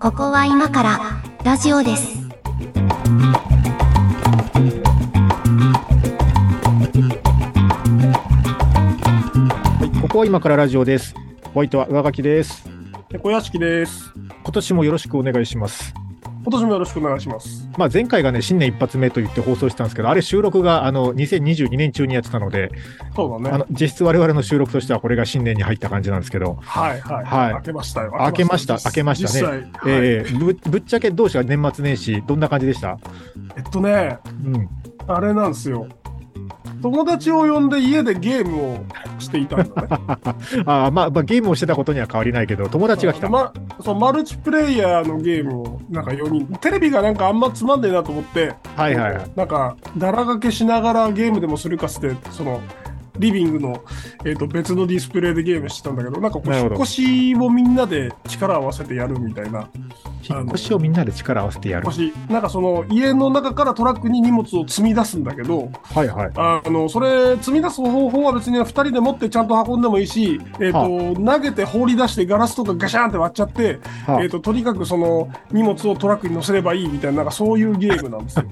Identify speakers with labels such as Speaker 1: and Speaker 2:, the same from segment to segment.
Speaker 1: ここは今からラジオです。
Speaker 2: はい、ここは今からラジオです。お相手は上書きです。
Speaker 3: 猫屋敷です。
Speaker 2: 今年もよろしくお願いします。
Speaker 3: 今年もよろしくお願いします。
Speaker 2: まあ、前回がね、新年一発目と言って放送してたんですけど、あれ収録があの2022年中にやってたので、
Speaker 3: そうだ
Speaker 2: あ
Speaker 3: ね。
Speaker 2: の実質我々の収録としてはこれが新年に入った感じなんですけど、
Speaker 3: はいはい。
Speaker 2: はい
Speaker 3: 開けましたよ。
Speaker 2: 開けました
Speaker 3: 実際はい
Speaker 2: えーぶぶっちゃけどうした年末年始、どんな感じでした
Speaker 3: えっとね、
Speaker 2: うん。
Speaker 3: あれなんですよ。友達を呼んで家でゲームをしていたんだね。
Speaker 2: あーまあ、まあ、ゲームをしてたことには変わりないけど、友達が来た。
Speaker 3: ま、そうマルチプレイヤーのゲームをなんか4人テレビがなんかあんまつまんねえなと思って、
Speaker 2: はいはいはい。
Speaker 3: なんかだらがけしながらゲームでもするかしてそのリビングの、えー、と別のディスプレイでゲームしてたんだけどなんかこう
Speaker 2: なる
Speaker 3: 引
Speaker 2: ほ
Speaker 3: っ
Speaker 2: ど
Speaker 3: 越しをみんなで力を合わせてやるみたいな
Speaker 2: 引っ越しをみんなで力を合わせてやる。
Speaker 3: 私なんかその家の中からトラックに荷物を積み出すんだけど
Speaker 2: はいはい。
Speaker 3: あのそれ積み出す方法は別に2人で持ってちゃんと運んでもいいし、えーと投げて放り出してガラスとかガシャンって割っちゃって、
Speaker 2: はあ
Speaker 3: えー、ととにかくその荷物をトラックに乗せればいいみたいななんかそういうゲームな んですよ。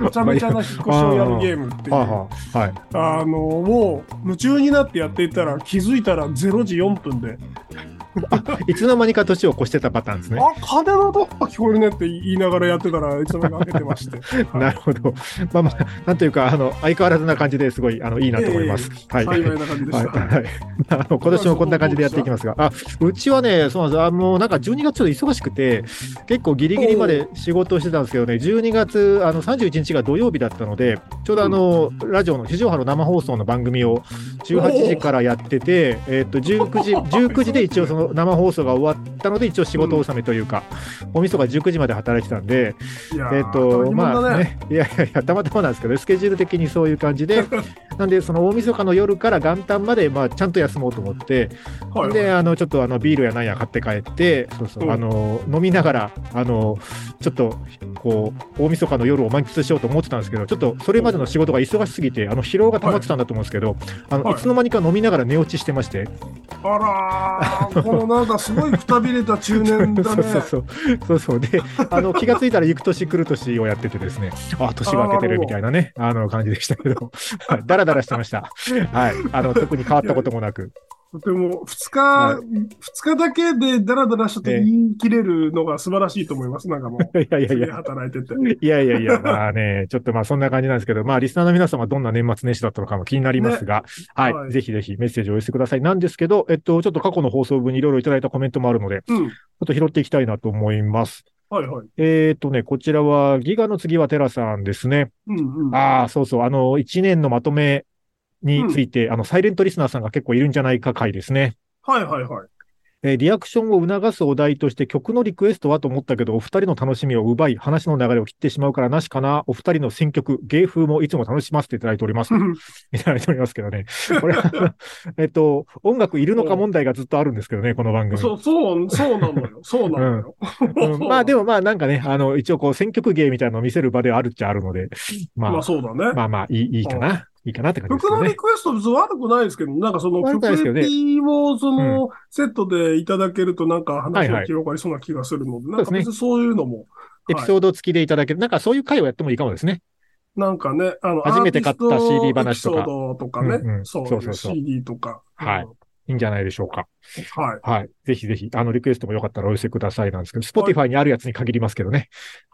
Speaker 3: めちゃめちゃな引っ越しをやるゲームっていう、
Speaker 2: はあはあはい。
Speaker 3: あのもう夢中になってやっていたら気づいたら0時4分で
Speaker 2: いつの間にか年を越してたパターンですね。
Speaker 3: あ風の音が聞こえるねって言いながらやってたらいつの間にか開けてまして。
Speaker 2: なるほど。まあまあ、なんというか、あの、相変わらずな感じですごい、あの、いいなと思います。 はい。はい。
Speaker 3: 幸いな感じでした。
Speaker 2: はい、 あの今年もこんな感じでやっていきますが、あうちはね、そうなんですあもうなんか12月ちょっと忙しくて、結構ギリギリまで仕事をしてたんですけどね、12月あの31日が土曜日だったので、ちょうどあの、ラジオの地上波の生放送の番組を18時からやってて、えっと19時、19時で一応その生放送が終わったので、一応仕事納めというか、おみそが19時まで働いてたんで、
Speaker 3: いやー
Speaker 2: えっ、と、まあ、
Speaker 3: 大変だね
Speaker 2: ね、いやいやいや、たまたまなんですけど、スケジュール的にそういう感じ で、なんで、その大晦日の夜から元旦まで、まあ、ちゃんと休もうと思って、
Speaker 3: はいはい
Speaker 2: で、あの、ちょっと、あの、ビールやなんや買って帰って、そうそう、
Speaker 3: うん
Speaker 2: あの、飲みながら、あの、ちょっと、こう、大晦日の夜を満喫しようと思ってたんですけど、ちょっと、それまでの仕事が忙しすぎて、あの、疲労が溜まってたんだと思うんですけど、あの、
Speaker 3: はい
Speaker 2: いつの間にか飲みながら寝落ちしてまして、
Speaker 3: あらー、このなんかすごいくたびれた中年 だ
Speaker 2: そう
Speaker 3: ね。
Speaker 2: そうそう、そうそう、で、あの気がついたら、行く年来る年をやっててです ね、あ、年が明けてるみたいなね、あの感じでしたけ ど、はいだらだらしてました。はい、あの特に変わったこともなく、
Speaker 3: でも、二
Speaker 2: は
Speaker 3: 日、二日だけでダラダラしたと言い切れるのが素晴らしいと思います。なんかもう、
Speaker 2: いやいやい
Speaker 3: 次
Speaker 2: や。
Speaker 3: 働いてて。
Speaker 2: いやいやいや、まあね、ちょっとまあそんな感じなんですけど、まあリスナーの皆様どんな年末年始だったのかも気になりますが、はい、
Speaker 3: はい
Speaker 2: ぜひぜひメッセージをお寄せください。なんですけど、えっと、ちょっと過去の放送分にいろいろいただいたコメントもあるので、ち
Speaker 3: う
Speaker 2: ょ
Speaker 3: ん。
Speaker 2: っと拾っていきたいなと思います。
Speaker 3: はいはい。
Speaker 2: えっとね、こちらはギガの次はテラさんですね。
Speaker 3: うんうん。
Speaker 2: ああ、そうそう。あの、一年のまとめについて、あの、サイレントリスナーさんが結構いるんじゃないか回ですね。
Speaker 3: はいはいはい。
Speaker 2: えーリアクションを促すお題として曲のリクエストはと思ったけど、お二人の楽しみを奪い、話の流れを切ってしまうからなしかな。お二人の選曲、芸風もいつも楽しませていただいております。いただいておりますけどね。これ、あの えっと、音楽いるのか問題がずっとあるんですけどね、この番組。
Speaker 3: そう、そう、そうなのよ。そうなのよ。
Speaker 2: うんまあでもまあなんかね、あの、一応こう選曲芸みたいなのを見せる場ではあるっちゃあるので、まあ
Speaker 3: まあ、そうだね。
Speaker 2: まあまあいい、いいかな。いいかなって感じです
Speaker 3: 曲
Speaker 2: よ
Speaker 3: の
Speaker 2: ね
Speaker 3: リ。クエスト別に悪くないですけど、なんかその
Speaker 2: 悪く
Speaker 3: 曲
Speaker 2: ないですけどね
Speaker 3: をそのセットでいただけるとなんか話が広がりそうな気がするので、なんか別にそういうのも、
Speaker 2: エピソード付きでいただける、なんかそういう回をやってもいいかもですね。
Speaker 3: なんかね、あの、
Speaker 2: 初めて買った
Speaker 3: アーティスト
Speaker 2: CD 話とか
Speaker 3: エピソードとかね、
Speaker 2: うんうん
Speaker 3: そう
Speaker 2: そうそうそう
Speaker 3: CD とか。
Speaker 2: はいいいんじゃないでしょうか。
Speaker 3: うん。はい。
Speaker 2: はい。ぜひぜひ、あの、リクエストもよかったらお寄せくださいなんですけど、Spotify にあるやつに限りますけどね。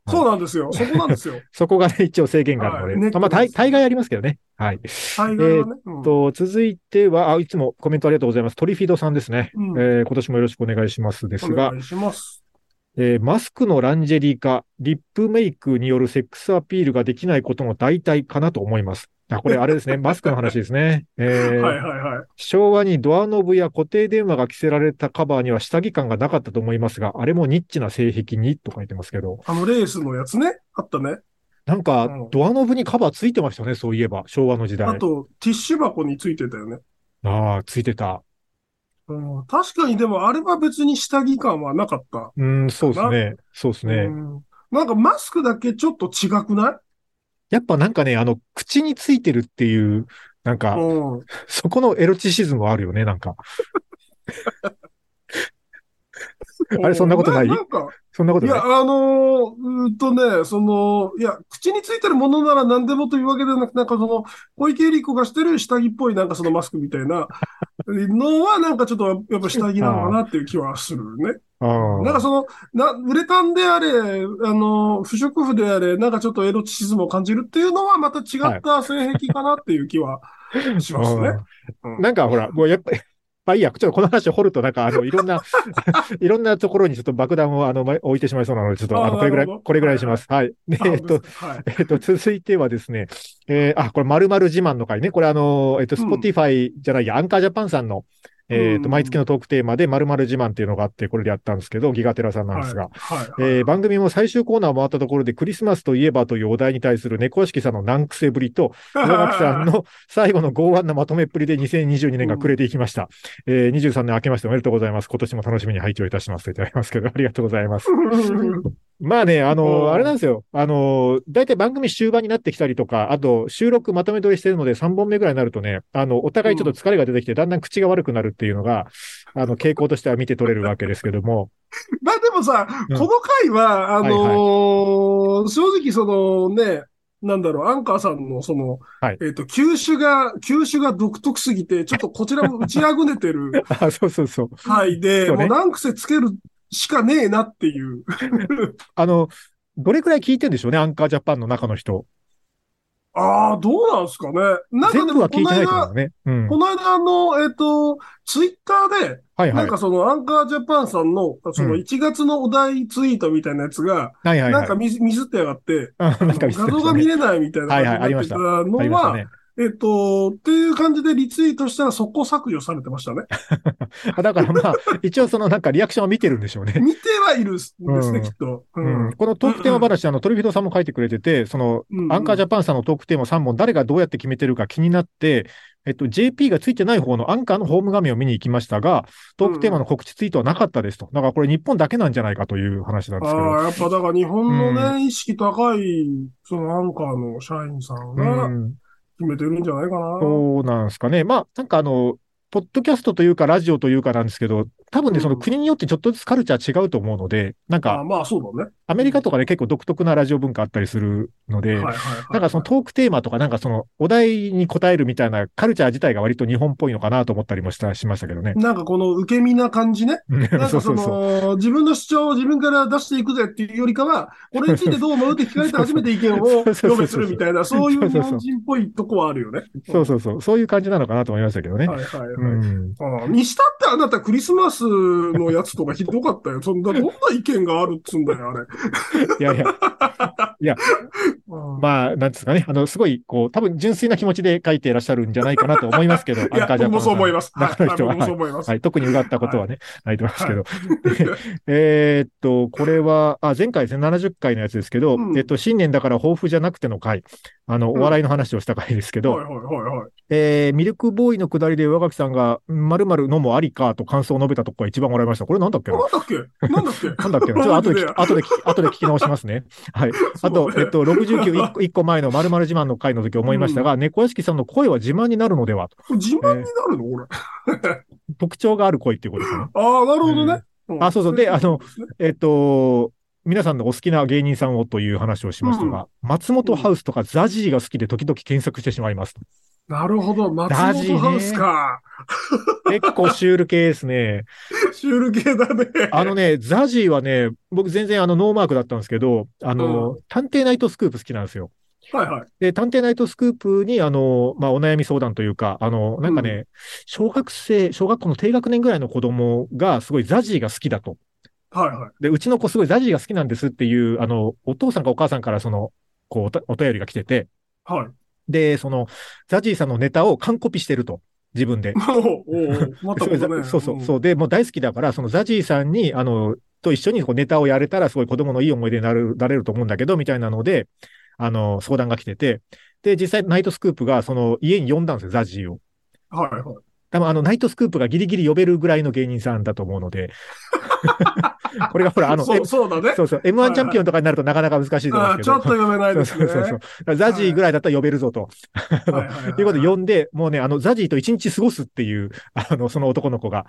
Speaker 2: はい
Speaker 3: そうなんですよ。そこなんです よ。
Speaker 2: そこがね、一応制限があるので。
Speaker 3: はい
Speaker 2: あまあ、大大概ありますけどね。はい。
Speaker 3: 大概はね。うん
Speaker 2: と、続いては、あ、いつもコメントありがとうございます。トリフィードさんですね。
Speaker 3: うん
Speaker 2: えー今年もよろしくお願いしますです
Speaker 3: お
Speaker 2: が、
Speaker 3: 願いします。
Speaker 2: えーマスクのランジェリー化、リップメイクによるセックスアピールができないことの代替かなと思います。あ、これあれ ですね。マスクの話ですね。えー
Speaker 3: はいはいはい。
Speaker 2: 昭和にドアノブや固定電話が着せられたカバーには下着感がなかったと思いますが、あれもニッチな性癖にと書いてますけど、
Speaker 3: あのレースのやつね。あったね。
Speaker 2: なんか
Speaker 3: うん
Speaker 2: ドアノブにカバーついてましたね、そういえば、昭和の時代。
Speaker 3: あ
Speaker 2: あ
Speaker 3: と、ティッシュ箱についてたよね。
Speaker 2: あ、ついてた。
Speaker 3: うん確かにでもあれは別に下着感はなかった。
Speaker 2: うん、そうですね。そうですね。
Speaker 3: うんなんかマスクだけちょっと違くな
Speaker 2: やっぱなんかね、あの、口についてるっていう、なん
Speaker 3: い
Speaker 2: か、
Speaker 3: うん。
Speaker 2: そこのエロチシズムはあるよね、なんか。あれそんなことない
Speaker 3: なんか、
Speaker 2: そんなこと
Speaker 3: い
Speaker 2: ない。
Speaker 3: や、あのーうーんとね、その、いや、口についてるものなら何でもというわけではなく、なんかその、小池百合子がしてる下着っぽい、なんかそのマスクみたいなのは、なんかちょっとやっぱ下着なのかなっていう気はするね。
Speaker 2: あー
Speaker 3: なんかその、な、ウレタンであれ、あの、不織布であれ、なんかちょっとエロチシズムを感じるっていうのは、また違った性癖かなっていう気はしますね。
Speaker 2: うんなんかほら、もうやっぱり、まあいいや、ちょっとこの話を掘ると、なんかあの、いろん な、いろんなところにちょっと爆弾をあのま置いてしまいそうなので、ちょっとあの、
Speaker 3: あー
Speaker 2: これぐらい、
Speaker 3: なるほど
Speaker 2: これぐらいにします。はい。で
Speaker 3: あ
Speaker 2: えっと、、
Speaker 3: はい。
Speaker 2: えっと、続いてはですね、えー、あ、これ、まるまる自慢の回ね。これ、あの、えっと、
Speaker 3: う
Speaker 2: ス
Speaker 3: ん
Speaker 2: ポティファイじゃないや、アンカージャパンさんの、えっ
Speaker 3: う
Speaker 2: と、
Speaker 3: ん
Speaker 2: 毎月のトークテーマで、まるまる自慢っていうのがあって、これでやったんですけど、ギガテラさんなんですが、
Speaker 3: はい。はい。
Speaker 2: えー番組も最終コーナーを回ったところで、クリスマスといえばというお題に対する猫屋敷さんの難癖ぶりと、上垣さんの最後の剛腕なまとめっぷりで2022年が暮れていきました。えー、23年明けましておめでとうございます。今年も楽しみに拝聴いたしますといただきますけど、ありがとうござ います。まあね、あ
Speaker 3: うん
Speaker 2: の、あれなんですよ。あの、だいたい番組終盤になってきたりとか、あと収録まとめ撮りしてるので3本目ぐらいになるとね、あの、お互いちょっと疲れが出てきて、だんだん口が悪くなるっていうのが、あの、傾向としては見て取れるわけですけど も。
Speaker 3: まあでもさ、
Speaker 2: うん
Speaker 3: この回は、あのー正直そのね、なんだろう、アンカーさんのその、
Speaker 2: はい
Speaker 3: えっ、と、球種が、球種が独特すぎて、ちょっとこちらも打ちあぐね てる
Speaker 2: あ、そうそうそう。
Speaker 3: 回で、
Speaker 2: そう
Speaker 3: も
Speaker 2: ね
Speaker 3: う何癖つけるしかねえなっていう。
Speaker 2: あの、どれくらい聞いてんでしょうね、アンカージャパンの中の人。
Speaker 3: ああ、どうなんすかね。なんか
Speaker 2: 全
Speaker 3: で
Speaker 2: 部
Speaker 3: も、
Speaker 2: は
Speaker 3: こ
Speaker 2: 聞い
Speaker 3: の
Speaker 2: てないと思
Speaker 3: 間
Speaker 2: う、ね。うん
Speaker 3: こ。の間あの、えっ、と、ツイッターで、
Speaker 2: はいは。
Speaker 3: ない
Speaker 2: は
Speaker 3: んかそのアンカージャパンさんの、そうの
Speaker 2: ん
Speaker 3: 1月のお題ツイートみたいなやつが、
Speaker 2: いはい
Speaker 3: な
Speaker 2: は
Speaker 3: ん
Speaker 2: い
Speaker 3: か。ミスミスってやがって、
Speaker 2: うんなんか
Speaker 3: 画
Speaker 2: 見せてま
Speaker 3: 像
Speaker 2: し
Speaker 3: が
Speaker 2: たね。
Speaker 3: 見れないみたいな
Speaker 2: はいはいあり
Speaker 3: 感
Speaker 2: ま
Speaker 3: じ
Speaker 2: した
Speaker 3: になってた
Speaker 2: あり
Speaker 3: の
Speaker 2: ました
Speaker 3: は、
Speaker 2: ね。
Speaker 3: えっと、っていう感じでリツイートしたら速攻削除されてましたね。
Speaker 2: あだからまあ、 一応そのなんかリアクションを見てるんでしょうね。
Speaker 3: 見てはいるんですね、
Speaker 2: うん
Speaker 3: きっと。う
Speaker 2: うんん、このトークテーマ話、あの、トリフィドさんも書いてくれてて、その、
Speaker 3: うん
Speaker 2: アンカージャパンさんのトークテーマ3本、誰がどうやって決めてるか気になって、えっと、JP がついてない方のアンカーのホーム画面を見に行きましたが、トークテーマの告知ツイートはなかったですと。だからこれ日本だけなんじゃないかという話なんですけど。
Speaker 3: ああ、やっぱだから日本の
Speaker 2: う
Speaker 3: ね、意識高い、そのアンカーの社員さん
Speaker 2: う
Speaker 3: が
Speaker 2: ん、
Speaker 3: 決めてるんじゃないかな。
Speaker 2: そうなんですかね。まあ、なんかあの、ポッドキャストというか、ラジオというかなんですけど、多分
Speaker 3: うん
Speaker 2: ね、その国によってちょっとずつカルチャー違うと思うので、なん
Speaker 3: あ
Speaker 2: か、
Speaker 3: まあそうだね。
Speaker 2: アメリカとかで結構独特なラジオ文化あったりするので、
Speaker 3: はいはいはい。
Speaker 2: なんかそのトークテーマとか、なんかそのお題に答えるみたいなカルチャー自体が割と日本っぽいのかなと思ったりもしたしましたけどね。
Speaker 3: なんかこの受け身な感じね。なん
Speaker 2: そ
Speaker 3: か
Speaker 2: うそ
Speaker 3: そう
Speaker 2: そう。
Speaker 3: の、自分の主張を自分から出していくぜっていうよりかは、これについてどう思うって聞かれて初めて意見を表明するみたいな、そういう日本人っぽいとこはあるよね。
Speaker 2: そうそうそう。そういう感じなのかなと思いましたけどね。
Speaker 3: はいはいはい。
Speaker 2: うん。
Speaker 3: ああにしたってあなたクリスマスのやつとかひどかったよ。そんな、どんな意見があるっつうんだよ、あれ。
Speaker 2: いやいや、まあ、なんですかね。あの、すごい、こう、多分純粋な気持ちで書いていらっしゃるんじゃないかなと思いますけど、
Speaker 3: いや、僕もそう思います。はい、
Speaker 2: 中の人は、
Speaker 3: 僕も
Speaker 2: は
Speaker 3: そ
Speaker 2: い
Speaker 3: う思います。
Speaker 2: は
Speaker 3: はい
Speaker 2: い、特にうがったことはね、ないと思いますけど。 えーっと、これは、あ、前回ですね、70回のやつですけど、
Speaker 3: うん
Speaker 2: えっと、新年だから抱負じゃなくての回、あの、お
Speaker 3: うん
Speaker 2: 笑いの話をした回ですけど、
Speaker 3: はいはいはい。
Speaker 2: えーミルクボーイのくだりで上垣さんが、まるまるのもありかと感想を述べたとこが一番もらいました。これなんだっけな
Speaker 3: あなんだっけなんだっけ
Speaker 2: なんだっ けなちょっと後で聞き、後で聞
Speaker 3: な
Speaker 2: き、後で聞き直しますね。 はい。あと、えっと、69、1個一個前のまる自慢の回の時思いましたが、猫屋敷さんの声は自慢になるのではと
Speaker 3: 自慢になるの俺。
Speaker 2: 特徴がある声っていうことですね。
Speaker 3: ああ、なるほどね。ん
Speaker 2: あそうそうであの、
Speaker 3: そうですね
Speaker 2: えっと、皆さんのお好きな芸人さんをという話をしましたが、松本ハウスとかザジーが好きで時々検索してしまい ます。
Speaker 3: なるほど、松
Speaker 2: ダジ
Speaker 3: 本
Speaker 2: ね
Speaker 3: ハウスか。
Speaker 2: 結構シュール系ですね。
Speaker 3: シュール系だね。
Speaker 2: あのね、ザジーはね、僕全然あのノーマークだったんですけど、あの、探偵ナイトスクープ好きなんですよ。
Speaker 3: はいはい。
Speaker 2: で、探偵ナイトスクープに、あの、まあ、お悩み相談というか、あの、なんかね、
Speaker 3: う
Speaker 2: 小学生、小学校の低学年ぐらいの子供がすごいザジーが好きだと。
Speaker 3: はいはい。
Speaker 2: で、うちの子すごいザジーが好きなんですっていう、あの、お父さんかお母さんからその、こうおた、お便りが来てて、
Speaker 3: はい。
Speaker 2: で、その、ザジーさんのネタを完コピしてると、自分で。
Speaker 3: おうおうまた
Speaker 2: すごい
Speaker 3: こ
Speaker 2: ざ
Speaker 3: とね。
Speaker 2: そうそう、
Speaker 3: ん
Speaker 2: そう。で、もう大好きだから、そのザジーさんに、あの、と一緒にこうネタをやれたら、すごい子供のいい思い出になる、なれると思うんだけど、みたいなので、あの、相談が来てて、で、実際、ナイトスクープが、その、家に呼んだんですよ、ザジーを。
Speaker 3: はいはい。
Speaker 2: 多分、あの、ナイトスクープがギリギリ呼べるぐらいの芸人さんだと思うの で。これがほら、あの、
Speaker 3: そ
Speaker 2: M-
Speaker 3: うそうだね。
Speaker 2: そうそう、
Speaker 3: はい
Speaker 2: M1 チャンピオンとかになるとなかなか難しいと思うん
Speaker 3: あ
Speaker 2: で
Speaker 3: ー
Speaker 2: すけ
Speaker 3: ちょ
Speaker 2: ど。
Speaker 3: っと読めない
Speaker 2: そ
Speaker 3: で
Speaker 2: う
Speaker 3: す
Speaker 2: そ
Speaker 3: ね。
Speaker 2: うそうそう。だからザジーぐらいだったら呼べるぞと。
Speaker 3: はいはいはい
Speaker 2: ということで呼んで、もうね、あの、ザジーと一日過ごすっていう、あの、その男の子が。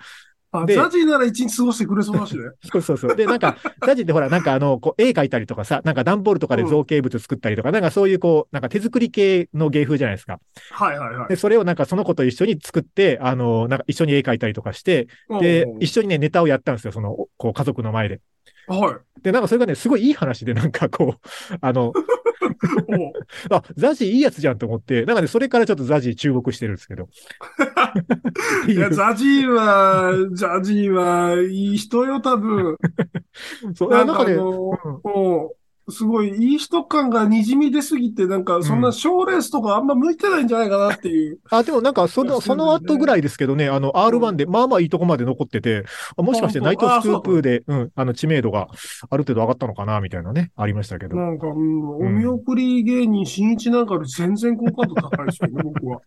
Speaker 3: あ
Speaker 2: で
Speaker 3: ザジーなら一日過ごしてくれそうだしね。
Speaker 2: そうそうそう。で、なんか、ジャジってほら、なんかあの、こう、絵描いたりとかさ、なんか段ボールとかで造形物作ったりとか、なんかそういうこう、なんか手作り系の芸風じゃないですか。
Speaker 3: はいはいはい
Speaker 2: で、。それをなんかその子と一緒に作って、あの、なんか一緒に絵描いたりとかして、で
Speaker 3: うん、
Speaker 2: 一緒にね、ネタをやったんですよ、その、こう、家族の前で。
Speaker 3: はい。
Speaker 2: で、なんかそれがね、すごいいい話で、なんかこう、あの、
Speaker 3: おう
Speaker 2: あ、ザジいいやつじゃんと思って、なんかね、それからちょっとザジ注目してるんです けど。って
Speaker 3: い
Speaker 2: い
Speaker 3: や、
Speaker 2: う
Speaker 3: ザジーは、ザジーは、いい人よ、多分。
Speaker 2: そう、
Speaker 3: な
Speaker 2: あ
Speaker 3: ん
Speaker 2: なん
Speaker 3: か
Speaker 2: か
Speaker 3: あ
Speaker 2: ね、
Speaker 3: の、
Speaker 2: うん
Speaker 3: もう、すごい、いい人感がにじみ出すぎて、なんか、そんな賞レースとかあんま向いてないんじゃないかなっていう。
Speaker 2: あ、でもなんか、そ
Speaker 3: いや
Speaker 2: の、
Speaker 3: そ
Speaker 2: そ
Speaker 3: うだよ
Speaker 2: の
Speaker 3: ね
Speaker 2: 後ぐらいですけどね、あの、R1 で、まあまあいいとこまで残ってて、あもしかしてナイトスクープで、うん、あの、知名度がある程度上がったのかな、みたいなね、ありましたけど。
Speaker 3: なんか、うん、お見送り芸人、新一なんかより全然好感度高いですよ ね、僕は。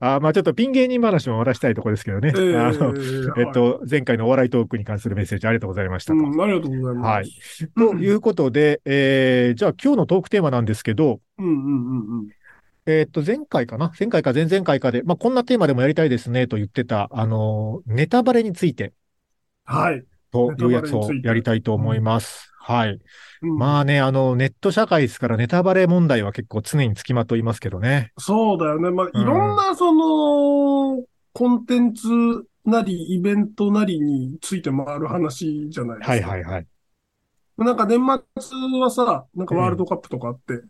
Speaker 2: あーまあちょっとピン芸人話も渡したいとこですけどね。
Speaker 3: ええ
Speaker 2: あの、えっ
Speaker 3: はい
Speaker 2: と、前回のお笑いトークに関するメッセージありがとうございました
Speaker 3: う
Speaker 2: と。
Speaker 3: ん、ありがとうございます。
Speaker 2: はい。ということで、えー、じゃあ今日のトークテーマなんですけど、
Speaker 3: うんうんうんうん。
Speaker 2: えーっと、前回かな前回か前々回かで、まあ、こんなテーマでもやりたいですねと言ってた、あのー、ネタバレについて
Speaker 3: はい。
Speaker 2: というやつ
Speaker 3: ネタバ
Speaker 2: を
Speaker 3: レについて
Speaker 2: やりたいと思います。はい。
Speaker 3: うん
Speaker 2: まあね、あの、ネット社会ですからネタバレ問題は結構常につきまといますけどね。
Speaker 3: そうだよね。まあ、
Speaker 2: うん
Speaker 3: いろんな、その、コンテンツなり、イベントなりについて回る話じゃないですか。
Speaker 2: はいはいはい。
Speaker 3: なんか年末はさ、なんかワールドカップとかあって、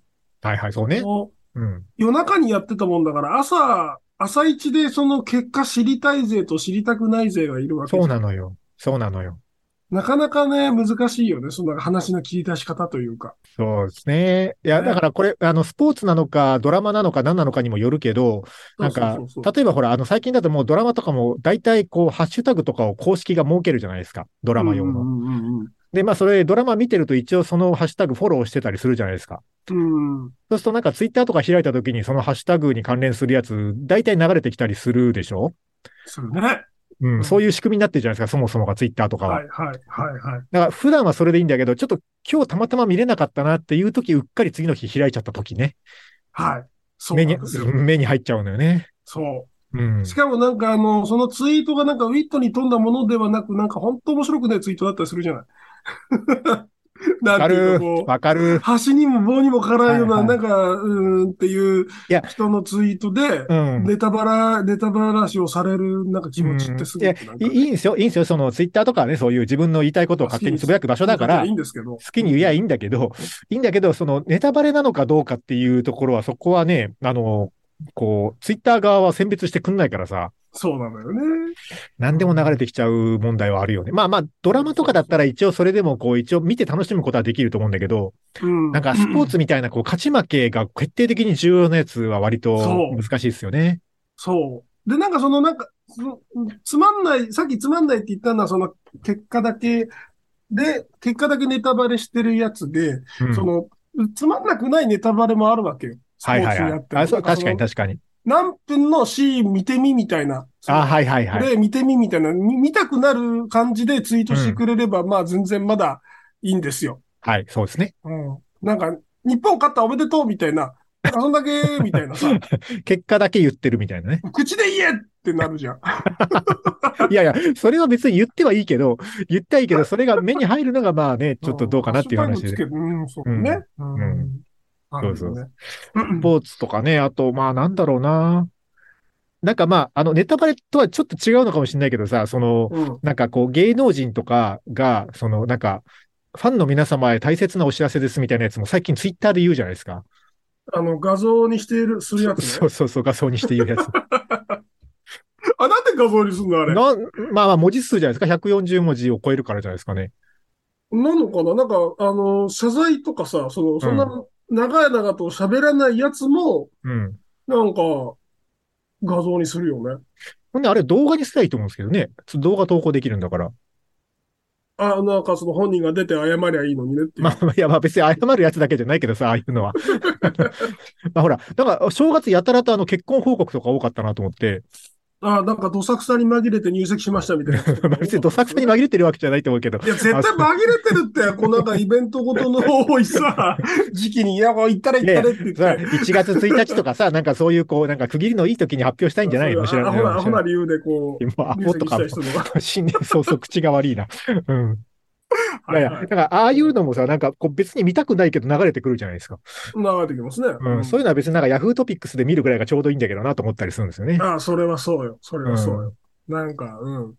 Speaker 2: はいはい、そうね。
Speaker 3: もう
Speaker 2: うん。
Speaker 3: 夜中にやってたもんだから、朝、朝一でその結果知りたい勢と知りたくない勢がいるわけ
Speaker 2: そう
Speaker 3: じゃん
Speaker 2: なのよ。そうなのよ。
Speaker 3: なかなかね、難しいよね。その話の切り出し方というか。
Speaker 2: そうですね。いや、
Speaker 3: ね
Speaker 2: だからこれ、あの、スポーツなのか、ドラマなのか、何なのかにもよるけど、なんか
Speaker 3: そうそうそう、
Speaker 2: 例えばほら、あの、最近だともうドラマとかも、大体こう、ハッシュタグとかを公式が設けるじゃないですか。ドラマ用
Speaker 3: う
Speaker 2: の。
Speaker 3: んうんうん
Speaker 2: で、まあ、それ、ドラマ見てると一応そのハッシュタグフォローしてたりするじゃないですか。
Speaker 3: うん。うん。
Speaker 2: そうするとなんか、ツイッターとか開いた時に、そのハッシュタグに関連するやつ、大体流れてきたりするでしょ
Speaker 3: そうね。は
Speaker 2: う
Speaker 3: うん
Speaker 2: ん、そういう仕組みになってるじゃないですか、そもそもがツイッターとか
Speaker 3: い
Speaker 2: は。
Speaker 3: はいはいはい。
Speaker 2: だから普段はそれでいいんだけど、ちょっと今日たまたま見れなかったなっていう時、うっかり次の日開いちゃった時ね。
Speaker 3: はい。そうな
Speaker 2: 目
Speaker 3: ん
Speaker 2: に
Speaker 3: です、よ。
Speaker 2: 目に入っちゃうのよね。
Speaker 3: そう。
Speaker 2: うん。
Speaker 3: しかもなんかあの、そのツイートがなんかウィットに富んだものではなく、なんか本当面白くないツイートだったりするじゃない。
Speaker 2: わか
Speaker 3: なんていう
Speaker 2: る
Speaker 3: かこ。う、
Speaker 2: わかる。
Speaker 3: 端にも棒にもかからんような、
Speaker 2: はい
Speaker 3: な
Speaker 2: は
Speaker 3: んか、うーんっていう
Speaker 2: や
Speaker 3: 人のツイートで、
Speaker 2: うん。
Speaker 3: ネタバラ、ネタバラしをされるなんか気持ちってすごくなん
Speaker 2: い
Speaker 3: か、
Speaker 2: いいいんですよ。いいんですよ。そのツイッターとかはね、そういう自分の言いたいことを勝手につぶやく場所だから
Speaker 3: いい、んですけど。
Speaker 2: 好きに言えばいいんだけど、いいんだけど、そのネタバレなのかどうかっていうところは、そこはね、あの、こう、ツイッター側は選別してくんないからさ、
Speaker 3: そうなのよね。
Speaker 2: 何でも流れてきちゃう問題はあるよね。まあまあ、ドラマとかだったら一応それでもこう、一応見て楽しむことはできると思うんだけど、
Speaker 3: うん。
Speaker 2: なんかスポーツみたいなこう、勝ち負けが決定的に重要なやつは割と
Speaker 3: そう
Speaker 2: 難しいですよね。
Speaker 3: そう。で、なんかそのなんか、そのつまんない、さっきつまんないって言ったのは、その結果だけで、結果だけネタバレしてるやつで、
Speaker 2: うん
Speaker 3: その、つまんなくないネタバレもあるわけよ。スポ
Speaker 2: はい
Speaker 3: ー
Speaker 2: は
Speaker 3: ツ
Speaker 2: い
Speaker 3: に
Speaker 2: は
Speaker 3: あ
Speaker 2: い
Speaker 3: っ。ても
Speaker 2: あそう
Speaker 3: なん
Speaker 2: 確
Speaker 3: そ
Speaker 2: か
Speaker 3: の
Speaker 2: に確かに。
Speaker 3: 何分のシーン見てみみたいな。その
Speaker 2: あはいはいはい。
Speaker 3: で、見てみみたいな、み見たくなる感じでツイートしてくれれば、まあ全然まだいいんですよ。
Speaker 2: はい、そうですね。
Speaker 3: うん。なんか、日本勝ったおめでとうみたいな、なんかそんだけみたいな さ、
Speaker 2: 結果だけ言ってるみたいなね。
Speaker 3: 口で言えってなるじゃん。
Speaker 2: いやいや、それは別に言ってはいいけど、言ってはいいけど、それが目に入るのがまあね、ちょっとどうかなっていう話
Speaker 3: ハッシ
Speaker 2: で。
Speaker 3: ュタグつけるうん、そうね。うん
Speaker 2: うん
Speaker 3: なるほどねうん
Speaker 2: スポーツとかね、あと、まあなんだろうな。なんかまあ、あの、ネタバレとはちょっと違うのかもしれないけどさ、その、
Speaker 3: うん
Speaker 2: なんかこう、芸能人とかが、その、なんか、ファンの皆様へ大切なお知らせですみたいなやつも最近ツイッターで言うじゃないですか。
Speaker 3: あの、画像にしている、するやつ
Speaker 2: そ
Speaker 3: ね
Speaker 2: う。そうそう、画像にして言うやつ。
Speaker 3: あ、なんで画像にすん のあれ。
Speaker 2: な
Speaker 3: な
Speaker 2: んまあまあ、文字数じゃないですか。140文字を超えるからじゃないですかね。
Speaker 3: のかななんか、あの、謝罪とかさ、その、そんな、長々と喋らないやつも、
Speaker 2: うん。
Speaker 3: なんか、画像にするよね。
Speaker 2: ほんで、あれ動画にすりゃいいと思うんですけどね。動画投稿できるんだから。
Speaker 3: あ、なんかその本人が出て謝りゃいいのにねっていう。
Speaker 2: まあ、いや、まあ別に謝るやつだけじゃないけどさ、ああいう のは。まあほら、だから正月やたらとあの結婚報告とか多かったなと思って、
Speaker 3: あなんかどさくさに紛れて入籍しましたみたいな。
Speaker 2: まあ別にどさくさに紛れてるわけじゃないと思うけど。
Speaker 3: いや、絶対紛れてるって、こうなんかイベントごとの多いさ、時期に、いや、もう行ったれ行ったれって言っ
Speaker 2: そら
Speaker 3: て。
Speaker 2: 1月1日と かさ、なんかそういうこう、なんか区切りのいい時に発表したいんじゃないの知ら
Speaker 3: あ
Speaker 2: ない
Speaker 3: ほな、
Speaker 2: の
Speaker 3: ほ
Speaker 2: 知ら
Speaker 3: な
Speaker 2: ない
Speaker 3: 理由でこう、
Speaker 2: もうア
Speaker 3: 入
Speaker 2: ホと
Speaker 3: 籍し
Speaker 2: か
Speaker 3: た
Speaker 2: も
Speaker 3: い人のが。
Speaker 2: 新年早々口が悪いな。うん。いや
Speaker 3: は
Speaker 2: い
Speaker 3: い
Speaker 2: や、
Speaker 3: は
Speaker 2: だ
Speaker 3: い
Speaker 2: からああいうのもさ、なんかこう別に見たくないけど流れてくるじゃないですか。
Speaker 3: 流れてきますね。
Speaker 2: うん。そういうのは別になんか Yahoo トピックスで見るぐらいがちょうどいいんだけどなと思ったりするんですよね。
Speaker 3: ああ、それはそうよ。それはそうよ。なんか、うん。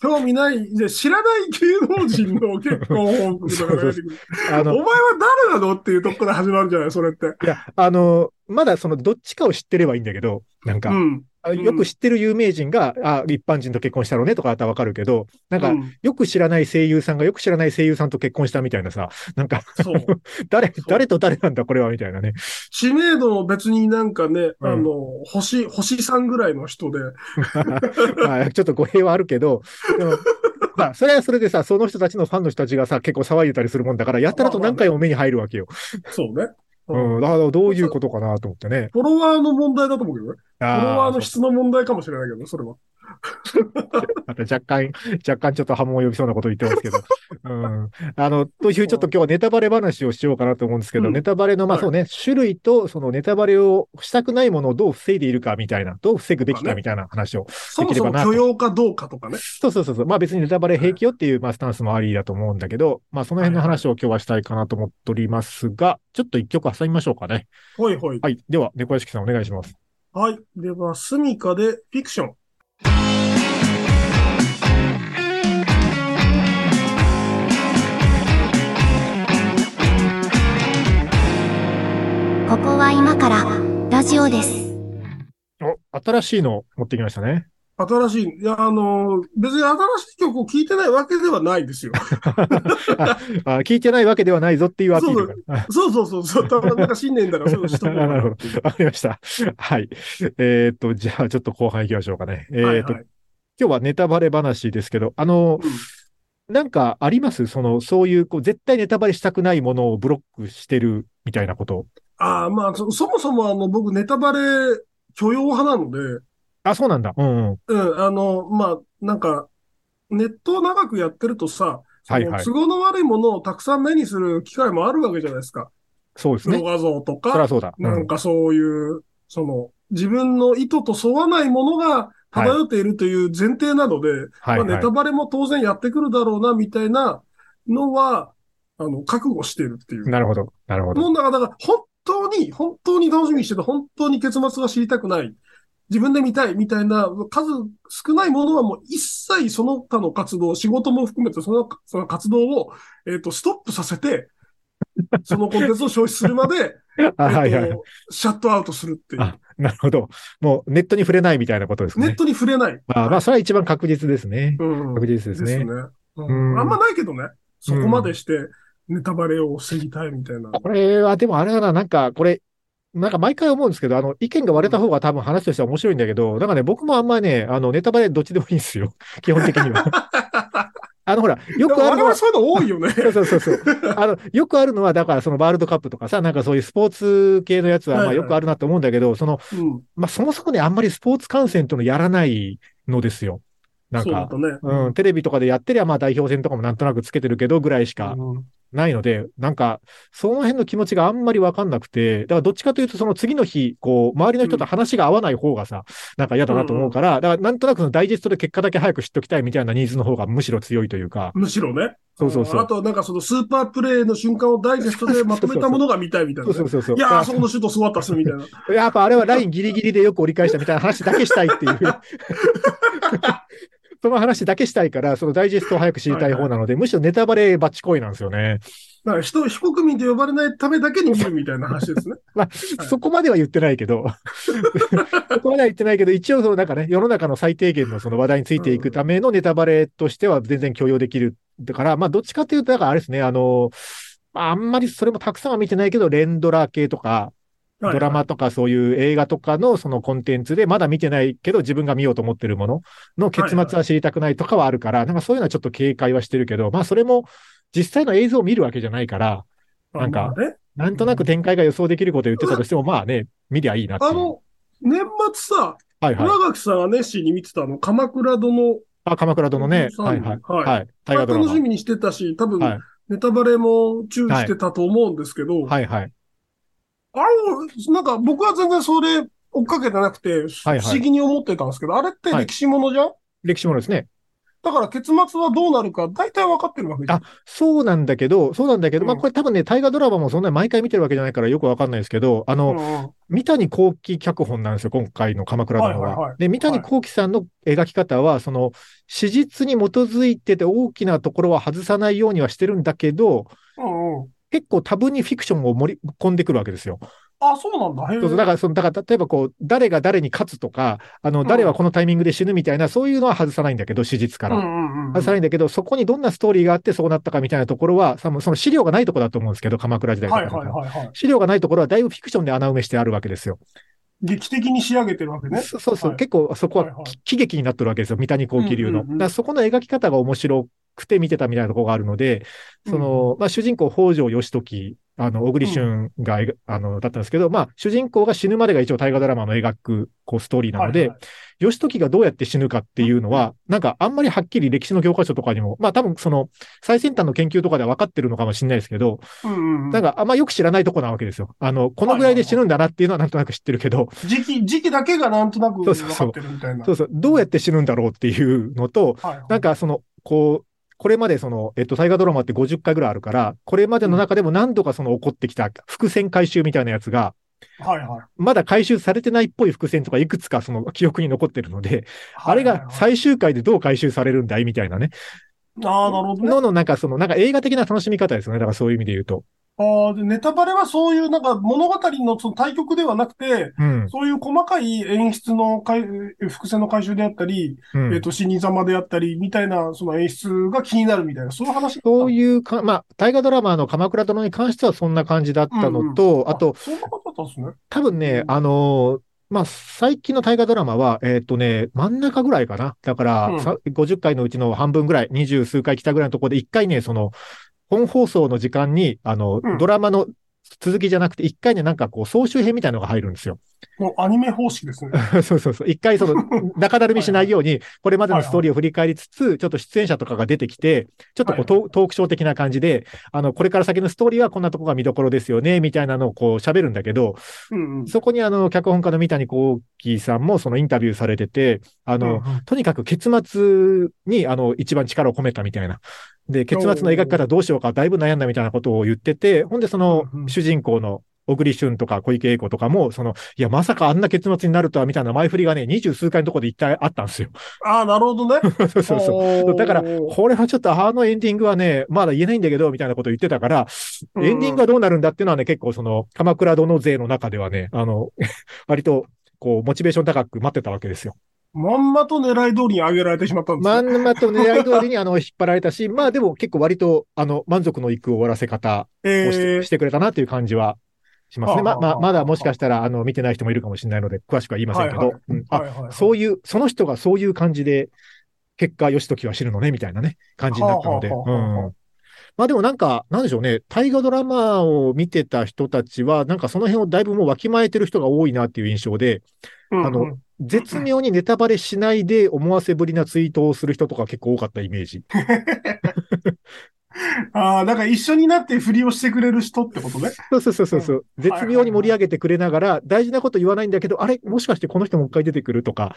Speaker 3: 興味ない、で知らない芸能人の結婚報告とかが出てくる。
Speaker 2: あ
Speaker 3: お前
Speaker 2: の、
Speaker 3: は誰なのっていうとこから始まるじゃない、それって。
Speaker 2: いや、あの、まだそのどっちかを知ってればいいんだけど、なん
Speaker 3: う
Speaker 2: か、
Speaker 3: ん。
Speaker 2: あよく知ってる有名人が、あ、一般人と結婚したのねとかだったらわかるけど、なんか
Speaker 3: う、ん
Speaker 2: よく知らない声優さんがよく知らない声優さんと結婚したみたいな さ、なんか、
Speaker 3: そう。
Speaker 2: 誰
Speaker 3: そう、
Speaker 2: 誰と誰なんだこれはみたい なね。
Speaker 3: 知名度も別になんかね、
Speaker 2: うん
Speaker 3: あの、星、星さんぐらいの人で、
Speaker 2: まあ、ちょっと語弊はあるけど、で も、まあ、それはそれでさ、その人たちのファンの人たちがさ、結構騒いでたりするもんだから、やったらと何回も目に入るわけよ。
Speaker 3: そうね。うん
Speaker 2: うん、だからどういうことかなと思ってね。
Speaker 3: フォロワーの問題だと思うけどね。フォロワー
Speaker 2: 人
Speaker 3: の質の問題かもしれないけどね、それは。
Speaker 2: また若干、 若干ちょっと波紋を呼びそうなことを言ってますけ ど。うん。あの、というちょっと今日はネタバレ話をしようかなと思うんですけど、
Speaker 3: うん
Speaker 2: ネタバレの、まあ
Speaker 3: はい
Speaker 2: そうね、種類と、そのネタバレをしたくないものをどう防いでいるかみたいな、どう防ぐべきかみたいな話を。
Speaker 3: そもそも許容かどうかとかね。
Speaker 2: そうそうそうそう。まあ別にネタバレ平気よっていう、まあスタンスもありだと思うんだけど、まあその辺の話を今日はしたいかなと思っておりますが、ちょっと一曲挟みましょうかね。
Speaker 3: ほいほい。
Speaker 2: はい。では、猫屋敷さんお願いします。
Speaker 3: はい。では、スミカでフィクション。
Speaker 1: ここは今からラジオです。
Speaker 2: お、新しいの持ってきましたね。
Speaker 3: 新しい、いや、あの、別に新しい曲を聴いてないわけではないですよ。
Speaker 2: あ、聞いてないわけではないぞっていうアピールが。あ
Speaker 3: そうそうそうそう、たまなんか新年だからそういう人も。
Speaker 2: なるほど。 わかりました。はい。えーっと、じゃあちょっと後半行きましょうかね。え
Speaker 3: はい
Speaker 2: ーっと、
Speaker 3: はい。
Speaker 2: 今日はネタバレ話ですけど、あの、なんかありますその、そういう、こう、絶対ネタバレしたくないものをブロックしてるみたいなこと。
Speaker 3: ああ、まあ、そそもそもあの、僕ネタバレ許容派なので、
Speaker 2: あ、そうなんだ。うん、うん。
Speaker 3: うん、あの、まあ、なんか、ネットを長くやってるとさ、そ
Speaker 2: はい
Speaker 3: の
Speaker 2: はい
Speaker 3: 都合の悪いものをたくさん目にする機会もあるわけじゃないですか。
Speaker 2: そうです
Speaker 3: プロ
Speaker 2: ね。
Speaker 3: 画像と
Speaker 2: そりゃ
Speaker 3: か、
Speaker 2: そうだ。う
Speaker 3: なん
Speaker 2: ん。
Speaker 3: かそういう、その、自分の意図と沿わないものが漂っているという前提なので、
Speaker 2: はい、
Speaker 3: まあ、
Speaker 2: は
Speaker 3: ネ
Speaker 2: い
Speaker 3: タ。バレも当然やってくるだろうな、みたいなのは、あの、覚悟してるっていう。
Speaker 2: なるほど。なるほど。
Speaker 3: もうだから、だから本当に、本当に楽しみにしてて、本当に結末が知りたくない。自分で見たいみたいな、数少ないものはもう一切その他の活動、仕事も含めてそのその活動を、えっ、と、ストップさ せて、そのコンテンツを消費するまで、
Speaker 2: あ、 はい
Speaker 3: え
Speaker 2: は
Speaker 3: っ
Speaker 2: い。
Speaker 3: と、シャットアウトするっていう。
Speaker 2: あ、なるほど。もうネットに触れないみたいなことです
Speaker 3: ネッ
Speaker 2: ね。
Speaker 3: トに触れない。
Speaker 2: まあ、まあ、それは一番確実ですね。
Speaker 3: うん。
Speaker 2: 確実
Speaker 3: で
Speaker 2: です
Speaker 3: す
Speaker 2: ね
Speaker 3: ね。。うん
Speaker 2: うん
Speaker 3: あんまないけどね。そこまでして、ネタバレを防ぎたいみたいな。
Speaker 2: これは、でもあれだな、なんか、これ、なんか毎回思うんですけど、あの、意見が割れた方が多分話としては面白いんだけど、なんかね、僕もあんまね、あの、ネタバレどっちでもいいんですよ。 基本的に は。あの、ほら、よ
Speaker 3: でも
Speaker 2: くあ
Speaker 3: 我
Speaker 2: るのは
Speaker 3: 々、そういうの多 いよね。
Speaker 2: そうそうそうそう。 あの、よくあるのは、だからそのワールドカップとかさ、なんかそういうスポーツ系のやつは、ま
Speaker 3: は
Speaker 2: あ
Speaker 3: いはい
Speaker 2: よくあるなと思うんだけど、その、
Speaker 3: うん。
Speaker 2: まあそもそもね、あんまりスポーツ観戦というのやらないのですよ。なん
Speaker 3: そう
Speaker 2: か
Speaker 3: だっ、たね。
Speaker 2: うん、テレビとかでやってりゃ、まあ代表戦とかもなんとなくつけてるけど、ぐらいしか
Speaker 3: うん
Speaker 2: ないので、なんか、その辺の気持ちがあんまりわかんなくて、だからどっちかというと、その次の日、こう、周りの人と話が合わない方がさ、なんか嫌だなと思うから、だからなんとなくそのダイジェストで結果だけ早く知っときたいみたいなニーズの方がむしろ強いというか、
Speaker 3: むしろね。
Speaker 2: そうそうそう
Speaker 3: あと、なんかそのスーパープレイの瞬間をダイジェストでまとめたものが見たいみたい
Speaker 2: そう
Speaker 3: な
Speaker 2: そ
Speaker 3: ね。
Speaker 2: うそうそう。
Speaker 3: いやー、あそこのシュートすごかったっすみたいな。
Speaker 2: やっぱあれはラインギリギリでよく折り返したみたいな話だけしたいっていう。その話だけしたいから、そのダイジェストを早く知りたい方なので、むしろネタバレバッチコイなんですよね。
Speaker 3: だから人、非国民と呼ばれないためだけに見るみたいな話ですね。はい
Speaker 2: そこまでは言ってないけど、そこまでは言ってないけど、一応そのなんかね、世の中の最低限のその話題についていくためのネタバレとしては全然許容できる。だから、まあどっちかというと、だからあれですね、あの、まああんまりそれもたくさんは見てないけど、連ドラ系とか、
Speaker 3: はい
Speaker 2: ドラマとかそういう映画とかのそのコンテンツで、まだ見てないけど自分が見ようと思ってるものの結末は知りたくないとかはあるから、なんかそういうのはちょっと警戒はしてるけど、まあそれも実際の映像を見るわけじゃないから、なんか
Speaker 3: まあね
Speaker 2: なんとなく展開が予想できることを言ってたとしても、まあね、見りゃいいなってい
Speaker 3: あ
Speaker 2: う。
Speaker 3: の、年末さ、
Speaker 2: はいはい。
Speaker 3: 村垣さんは熱心に見てたあの、鎌倉殿。
Speaker 2: あ、鎌倉殿ね。
Speaker 3: そう
Speaker 2: はいはい。
Speaker 3: はい
Speaker 2: はい。大河ドラ
Speaker 3: 楽
Speaker 2: マ
Speaker 3: し。みにしてたし、多分、
Speaker 2: はい
Speaker 3: ネタバレも注意してたと思うんですけど、
Speaker 2: はいはい。
Speaker 3: あれ、なんか僕は全然それ追っかけてなくて、
Speaker 2: はい
Speaker 3: 不思議に思ってたんですけど、あれって歴史ものじゃん、
Speaker 2: 歴史ものですね。
Speaker 3: だから結末はどうなるか大体分かってるわけじゃん。
Speaker 2: あそうなんだけど、そうなんだけど、まあ
Speaker 3: うん
Speaker 2: これ多分ね、大河ドラマもそんなに毎回見てるわけじゃないからよくわかんないですけど、あ
Speaker 3: う
Speaker 2: の、
Speaker 3: んうん
Speaker 2: 三谷幸喜脚本なんですよ、今回の鎌倉殿
Speaker 3: はいはいは
Speaker 2: は。
Speaker 3: い
Speaker 2: で、三谷幸喜さんの描き方は、その、史実に基づいてて大きなところは外さないようにはしてるんだけど、
Speaker 3: うんうん。
Speaker 2: 結構多分にフィクションを盛り込んでくるわけですよ。
Speaker 3: あ、そうなんだ。へえ
Speaker 2: そうそうだから、その、だから、例えばこう、誰が誰に勝つとか、あの、誰はこのタイミングで死ぬみたいな、そういうのは外さないんだけど、史実から。
Speaker 3: うんうんうん。
Speaker 2: 外さないんだけど、そこにどんなストーリーがあってそうなったかみたいなところは、さその資料がないところだと思うんですけど、鎌倉時代と
Speaker 3: は
Speaker 2: か
Speaker 3: い
Speaker 2: だと
Speaker 3: はいはいはい。
Speaker 2: 資料がないところはだいぶフィクションで穴埋めしてあるわけですよ。
Speaker 3: 劇的に仕上げてるわけね。
Speaker 2: そそうそう、
Speaker 3: はい
Speaker 2: 結構そこは
Speaker 3: はいはい
Speaker 2: き喜劇になってるわけですよ、三谷幸喜流の。
Speaker 3: うんうんうん
Speaker 2: だからそこの描き方が面白くて見てたみたいなところがあるので、その、まあ、主人公、北条義時、あの、小栗旬が、あの、だったんですけど、まあ、主人公が死ぬまでが一応大河ドラマの描く、こう、ストーリーなので、
Speaker 3: はいはい
Speaker 2: 義時がどうやって死ぬかっていうのは、なんかあんまりはっきり歴史の教科書とかにも、まあ多分その最先端の研究とかでは分かってるのかもしれないですけど、
Speaker 3: うんうんうん
Speaker 2: なんかあんまよく知らないとこなわけですよ。あの、このぐらいで死ぬんだなっていうのはなんとなく知ってるけど、
Speaker 3: 時期、時期だけがなんとなく
Speaker 2: そう
Speaker 3: 分
Speaker 2: そうそ
Speaker 3: か
Speaker 2: う
Speaker 3: ってるみたいな。
Speaker 2: そうそう、どうやって死ぬんだろうっていうのと、
Speaker 3: はいはい
Speaker 2: なんかその、こう、これまでその、えっと、大河ドラマって50回ぐらいあるから、これまでの中でも何度かその起こってきた伏線回収みたいなやつが、
Speaker 3: はいはい。
Speaker 2: まだ回収されてないっぽい伏線とかいくつかその記憶に残ってるので、あれ
Speaker 3: はいは
Speaker 2: が
Speaker 3: いはい
Speaker 2: 最終回でどう回収されるんだいみたいなね。
Speaker 3: ああ、なるほどね。
Speaker 2: ののなんかその、なんか映画的な楽しみ方ですよね。だからそういう意味で言うと。
Speaker 3: ああ、で、ネタバレはそういう、なんか物語のその対局ではなくて、
Speaker 2: うん。
Speaker 3: そういう細かい演出の回、伏線の回収であったり、
Speaker 2: うん
Speaker 3: えっと、死人様であったり、みたいな、その演出が気になるみたいな、そういう話。
Speaker 2: そういうか、まあ、大河ドラマの鎌倉殿に関してはそんな感じだったのと、あと、、
Speaker 3: そんなことだったんですね。
Speaker 2: 多分ね、あのーまあ、最近の大河ドラマは、えーっ、とね、真ん中ぐらいかな。だから、
Speaker 3: うん
Speaker 2: さ50回のうちの半分ぐらい、二十数回来たぐらいのところで、一回ね、その、本放送の時間に、あの、
Speaker 3: うん
Speaker 2: ドラマの続きじゃなくて、一回ね、なんかこう、総集編みたいなのが入るんですよ。
Speaker 3: もうアニメ方式ですね。
Speaker 2: そうそうそう。一回、そ の、中だるみしないように、これまでのストーリーを振り返りつつ、ちょっと出演者とかが出てきて、ちょっとこうトートークショー的な感じで、あの、これから先のストーリーはこんなとこが見どころですよね、みたいなのをこう喋るんだけど、
Speaker 3: うんうん。
Speaker 2: そこにあの、脚本家の三谷幸喜さんもそのインタビューされてて、あの、
Speaker 3: うんうん
Speaker 2: とにかく結末にあの、一番力を込めたみたいな。で、結末の描き方どうしようか、だいぶ悩んだみたいなことを言ってて、ほんでその
Speaker 3: うんう、ん
Speaker 2: 主人公の小栗旬とか小池栄子とかも、その、いや、まさかあんな結末になるとは、みたいな前振りがね、二十数回のところで一体あったんですよ。
Speaker 3: ああ、なるほどね。
Speaker 2: そうそうそう。
Speaker 3: そう
Speaker 2: だからこれはちょっとあのエンディングはね、まだ言えないんだけど、みたいなことを言ってたから、
Speaker 3: うん
Speaker 2: エンディングはどうなるんだっていうのはね、結構その、鎌倉殿勢の中ではね、あの、 割と、こう、モチベーション高く待ってたわけですよ。
Speaker 3: まんまと狙い通りに上げられてしまったんです
Speaker 2: ま
Speaker 3: ね。
Speaker 2: んまと狙い通りにあの、引っ張られた し、まあでも結構割と、あの、満足のいく終わらせ方をして,、
Speaker 3: ええ
Speaker 2: してくれたなという感じはしますね。ま、まあ、まだもしかしたら、あの、見てない人もいるかもしれないので、詳しくは言いませんけど、
Speaker 3: はいは
Speaker 2: うんあ、
Speaker 3: はいはい。
Speaker 2: そういう、その人がそういう感じで、結果、義時は死ぬのね、みたいなね、感じになったので。う
Speaker 3: はあはあはあはあ
Speaker 2: ん。まあでもなんか、なんでしょうね、大河ドラマを見てた人たちは、なんかその辺をだいぶもうわきまえてる人が多いなっていう印象で、
Speaker 3: うんうん
Speaker 2: あの絶妙にネタバレしないで思わせぶりなツイートをする人とか結構多かったイメージ。
Speaker 3: ああ、だから一緒になって振りをしてくれる人ってことね。
Speaker 2: そうそうそうそうそう。
Speaker 3: はいはい
Speaker 2: 絶妙に盛り上げてくれながら、大事なこと言わないんだけど、あれもしかしてこの人もう一回出てくるとか、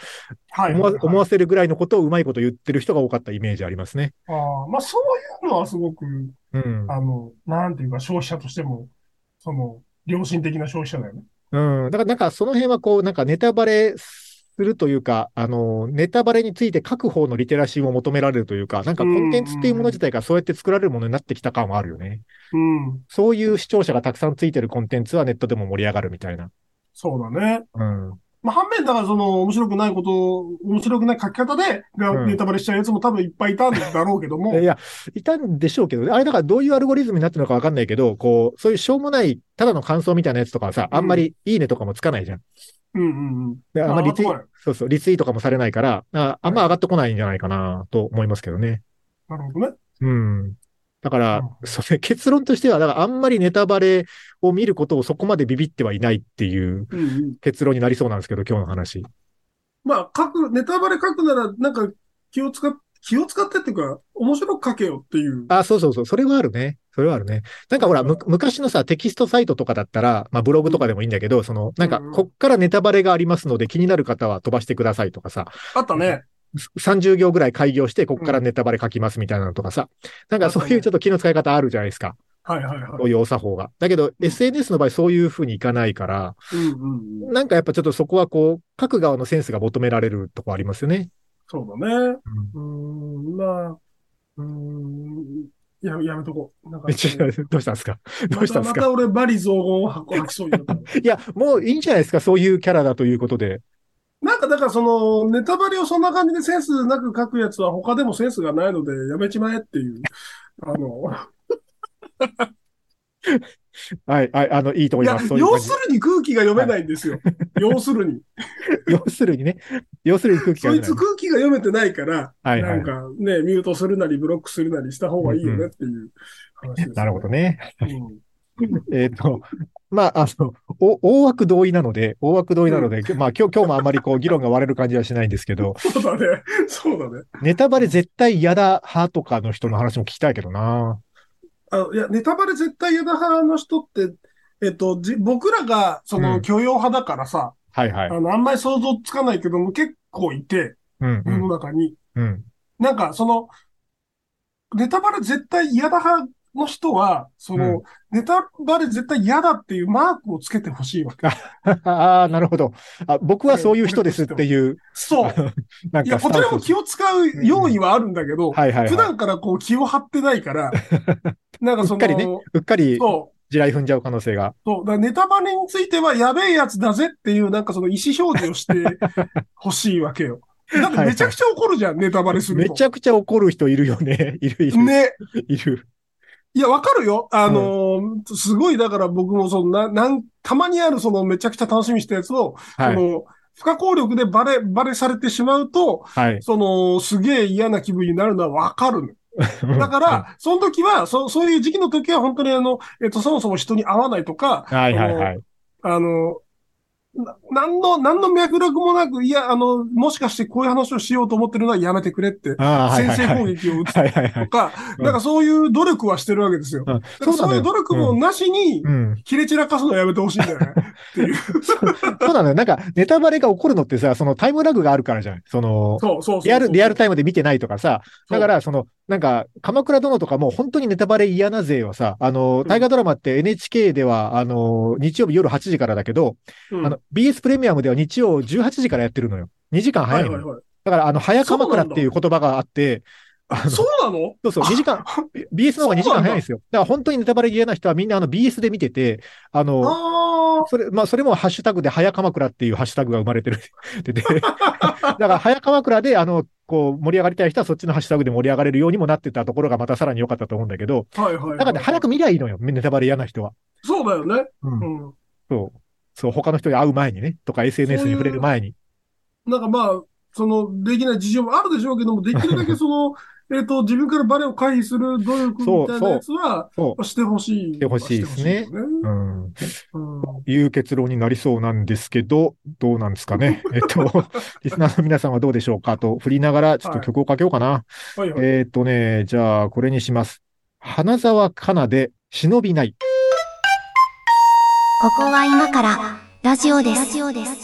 Speaker 3: はい
Speaker 2: 思わ思
Speaker 3: わ
Speaker 2: わせるぐらいのことをうまいこと言ってる人が多かったイメージありますね。
Speaker 3: ああまあそういうのはすごく、
Speaker 2: うん。
Speaker 3: あの、なんていうか消費者としても、その、良心的な消費者だよね。
Speaker 2: うん。だから、なんか、その辺は、こう、なんか、ネタバレするというか、あの、ネタバレについて書く方のリテラシーを求められるというか、なんか、コンテンツっていうもの自体がそうやって作られるものになってきた感はあるよね。
Speaker 3: うん。
Speaker 2: そういう視聴者がたくさんついてるコンテンツはネットでも盛り上がるみたいな。
Speaker 3: そうだね。
Speaker 2: うん。
Speaker 3: まあ反面、だからその、面白くないこと、面白くない書き方で、が
Speaker 2: うん
Speaker 3: ネタバレしちゃうやつも多分いっぱいいたんだろうけども。
Speaker 2: いや、いたんでしょうけどね。あれ、だから、どういうアルゴリズムになってるのかわかんないけど、こう、そういうしょうもない、ただの感想みたいなやつとかはさ、あんまりいいねとかもつかないじゃん。
Speaker 3: うんうんうん。
Speaker 2: であんまりリツイ
Speaker 3: ああとは
Speaker 2: そうそう、リツイートとかもされないから、ああんま上がってこないんじゃないかなと思いますけどね。
Speaker 3: なるほどね。
Speaker 2: うん。だから
Speaker 3: うん、
Speaker 2: それ結論としては、だからあんまりネタバレを見ることをそこまでビビってはいないっていう
Speaker 3: うんうん。
Speaker 2: 結論になりそうなんですけど、今日の話。
Speaker 3: まあ、書く、ネタバレ書くなら、なんか気を使っ、気を使ってっていうか、面白く書けよっていう。
Speaker 2: あ、そうそうそう。それはあるね。それはあるね。なんかほら、む昔のさ、テキストサイトとかだったら、まあブログとかでもいいんだけど、その、なんか、
Speaker 3: うん
Speaker 2: こっからネタバレがありますので気になる方は飛ばしてくださいとかさ、
Speaker 3: あったね。
Speaker 2: 30行ぐらい開業して、こっからネタバレ書きますみたいなのとかさ、なんかそういうちょっと気の使い方あるじゃないですか。
Speaker 3: はいはいは
Speaker 2: こう
Speaker 3: い。
Speaker 2: いうお作法が。だけど、SNS の場合そういう風にいかないから、
Speaker 3: うんうんうん。
Speaker 2: なんかやっぱちょっとそこはこう、書く側のセンスが求められるとこありますよね。
Speaker 3: そうだね。 うーん、まあ、うーん、や、やめとこう。なんか、
Speaker 2: えちょどうしたんですかどうしたんです
Speaker 3: またま
Speaker 2: か
Speaker 3: た俺、バリ雑言を吐きそうになった。
Speaker 2: いや、もういいんじゃないですかそういうキャラだということで。
Speaker 3: なんか、だからその、ネタバレをそんな感じでセンスなく書くやつは他でもセンスがないので、やめちまえっていう。あの、
Speaker 2: はい、はい、あの、いいと思い
Speaker 3: いや
Speaker 2: ます。、そういう
Speaker 3: 要
Speaker 2: 感じ
Speaker 3: するに空気が読めないんですよ。要するに。
Speaker 2: 要するにね、要するに空気が
Speaker 3: そ
Speaker 2: 読
Speaker 3: い
Speaker 2: めない
Speaker 3: つ空気が読めてないから、
Speaker 2: はいは
Speaker 3: ないんかね、ミュートするなり、ブロックするなりした方がいいよねっていう話です、
Speaker 2: なるほどね。
Speaker 3: うん。
Speaker 2: えっ、と、まあ、あの、お大枠同意なので、大枠同意なので、まあ今日、今日もあんまりこう議論が割れる感じはしないんですけ ど、
Speaker 3: そうだね。そうだね。
Speaker 2: ネタバレ絶対嫌だ派とかの人の話も聞きたいけどな。
Speaker 3: あいや、ネタバレ絶対嫌だ派の人って、えっと、じ僕らがそうの
Speaker 2: ん
Speaker 3: 許容派だからさ、
Speaker 2: はいはい。
Speaker 3: あの、あんまり想像つかないけども、結構いて、
Speaker 2: うん、う
Speaker 3: 世の
Speaker 2: ん、
Speaker 3: 中に。
Speaker 2: うん。
Speaker 3: なんか、その、ネタバレ絶対嫌だ派の人は、その、
Speaker 2: う
Speaker 3: ネタバレ絶対嫌だっていうマークをつけてほしいわけ。
Speaker 2: ああ、なるほどあ。僕はそういう人ですっていう、
Speaker 3: そう。
Speaker 2: なん
Speaker 3: いや、
Speaker 2: か
Speaker 3: こちらも気
Speaker 2: を、
Speaker 3: を使う用意はあるんだけど、
Speaker 2: はいはい、
Speaker 3: 普
Speaker 2: はい。
Speaker 3: 段からこう気を張ってない から、なんかそ
Speaker 2: っ
Speaker 3: うの、
Speaker 2: かりねうっかり
Speaker 3: そう、
Speaker 2: 地雷踏んじゃう可能性が。
Speaker 3: そう、だからネタバレについてはやべえやつだぜっていう、なんかその意思表示をしてほしいわ けよ。だってめちゃくちゃ怒るじゃん、ネタバレする
Speaker 2: め
Speaker 3: と。
Speaker 2: ちゃくちゃ怒る人いるよね。 いるいる、
Speaker 3: ね。
Speaker 2: いる。
Speaker 3: いや、わかるよ。あのーすごい、だから僕もそのな、なん、たまにあるそのめちゃくちゃ楽しみにしたやつを、
Speaker 2: は
Speaker 3: そ
Speaker 2: い。
Speaker 3: の、不可抗力でバレ、バレされてしまうと、
Speaker 2: はい。
Speaker 3: その、すげえ嫌な気分になるのはわかるの。だか
Speaker 2: うん、
Speaker 3: ら、その時は、そそういう時期の時は本当にあの、えっと、そもそも人に会わないとか、
Speaker 2: はいはいはい。
Speaker 3: あの、な何の、何の脈絡もなく、いや、あの、もしかしてこういう話をしようと思ってるのはやめてくれって、
Speaker 2: ああ、はいはい
Speaker 3: 先
Speaker 2: は
Speaker 3: 制攻
Speaker 2: い。
Speaker 3: 撃を打つ
Speaker 2: はいはいは
Speaker 3: と
Speaker 2: い。
Speaker 3: か、
Speaker 2: うん
Speaker 3: なんかそういう努力はしてるわけですよ。だ
Speaker 2: うん
Speaker 3: からそういう努力もなしに、
Speaker 2: うん。
Speaker 3: 切れ散らかすのやめてほしいんだよね。っていう。
Speaker 2: そうなのよ。なんか、ネタバレが起こるのってさ、そのタイムラグがあるからじゃん。 その、
Speaker 3: そうそうそうそう。
Speaker 2: リアル、リアルタイムで見てないとかさ。
Speaker 3: そう
Speaker 2: だから、その、なんか、鎌倉殿とかも本当にネタバレ嫌な勢はさ、あの
Speaker 3: う、ん
Speaker 2: 大河ドラマって NHK では、あの、日曜日夜8時からだけど、
Speaker 3: うん
Speaker 2: あの、BS プレミアムでは日曜18時からやってるのよ。2時間
Speaker 3: は
Speaker 2: 早
Speaker 3: い
Speaker 2: いの
Speaker 3: はい
Speaker 2: よ。
Speaker 3: はい。
Speaker 2: だから、あの、早鎌倉っていう言葉があって、 あの
Speaker 3: そうなの
Speaker 2: そうそう、2時間、BS の方が2時間早いんですよ。だから本当にネタバレ嫌な人はみんなあの BS で見てて、あの、
Speaker 3: あ
Speaker 2: それ、まあ、それもハッシュタグで、早鎌倉っていうハッシュタグが生まれてる でで、だから早鎌倉で、あの、こう、盛り上がりたい人はそっちのハッシュタグで盛り上がれるようにもなってたところがまたさらに良かったと思うんだけど、
Speaker 3: あ。はいはいはい。
Speaker 2: だからね早く見りゃいいのよ、ネタバレ嫌な人は。
Speaker 3: そうだよね。
Speaker 2: うん
Speaker 3: うん。
Speaker 2: そう。そう、他の人に会う前にね、とか SNS に触れる前に。
Speaker 3: なんかまあ、その、できない事情もあるでしょうけども、できるだけそ の、えっと、自分からバレを回避する努力みたいなやつは
Speaker 2: そう、
Speaker 3: してほしい。
Speaker 2: てほしいですね
Speaker 3: してほしいよ
Speaker 2: うん。
Speaker 3: うん
Speaker 2: いう結論になりそうなんですけど、どうなんですかね。えっ と、リスナーの皆さんはどうでしょうかと振りながら、ちょっと曲をかけようかな。
Speaker 3: はいはい。
Speaker 2: えーっ、とね、じゃあ、これにします。花沢香菜で忍びない。
Speaker 1: ここは今からラジオです。ラジオです。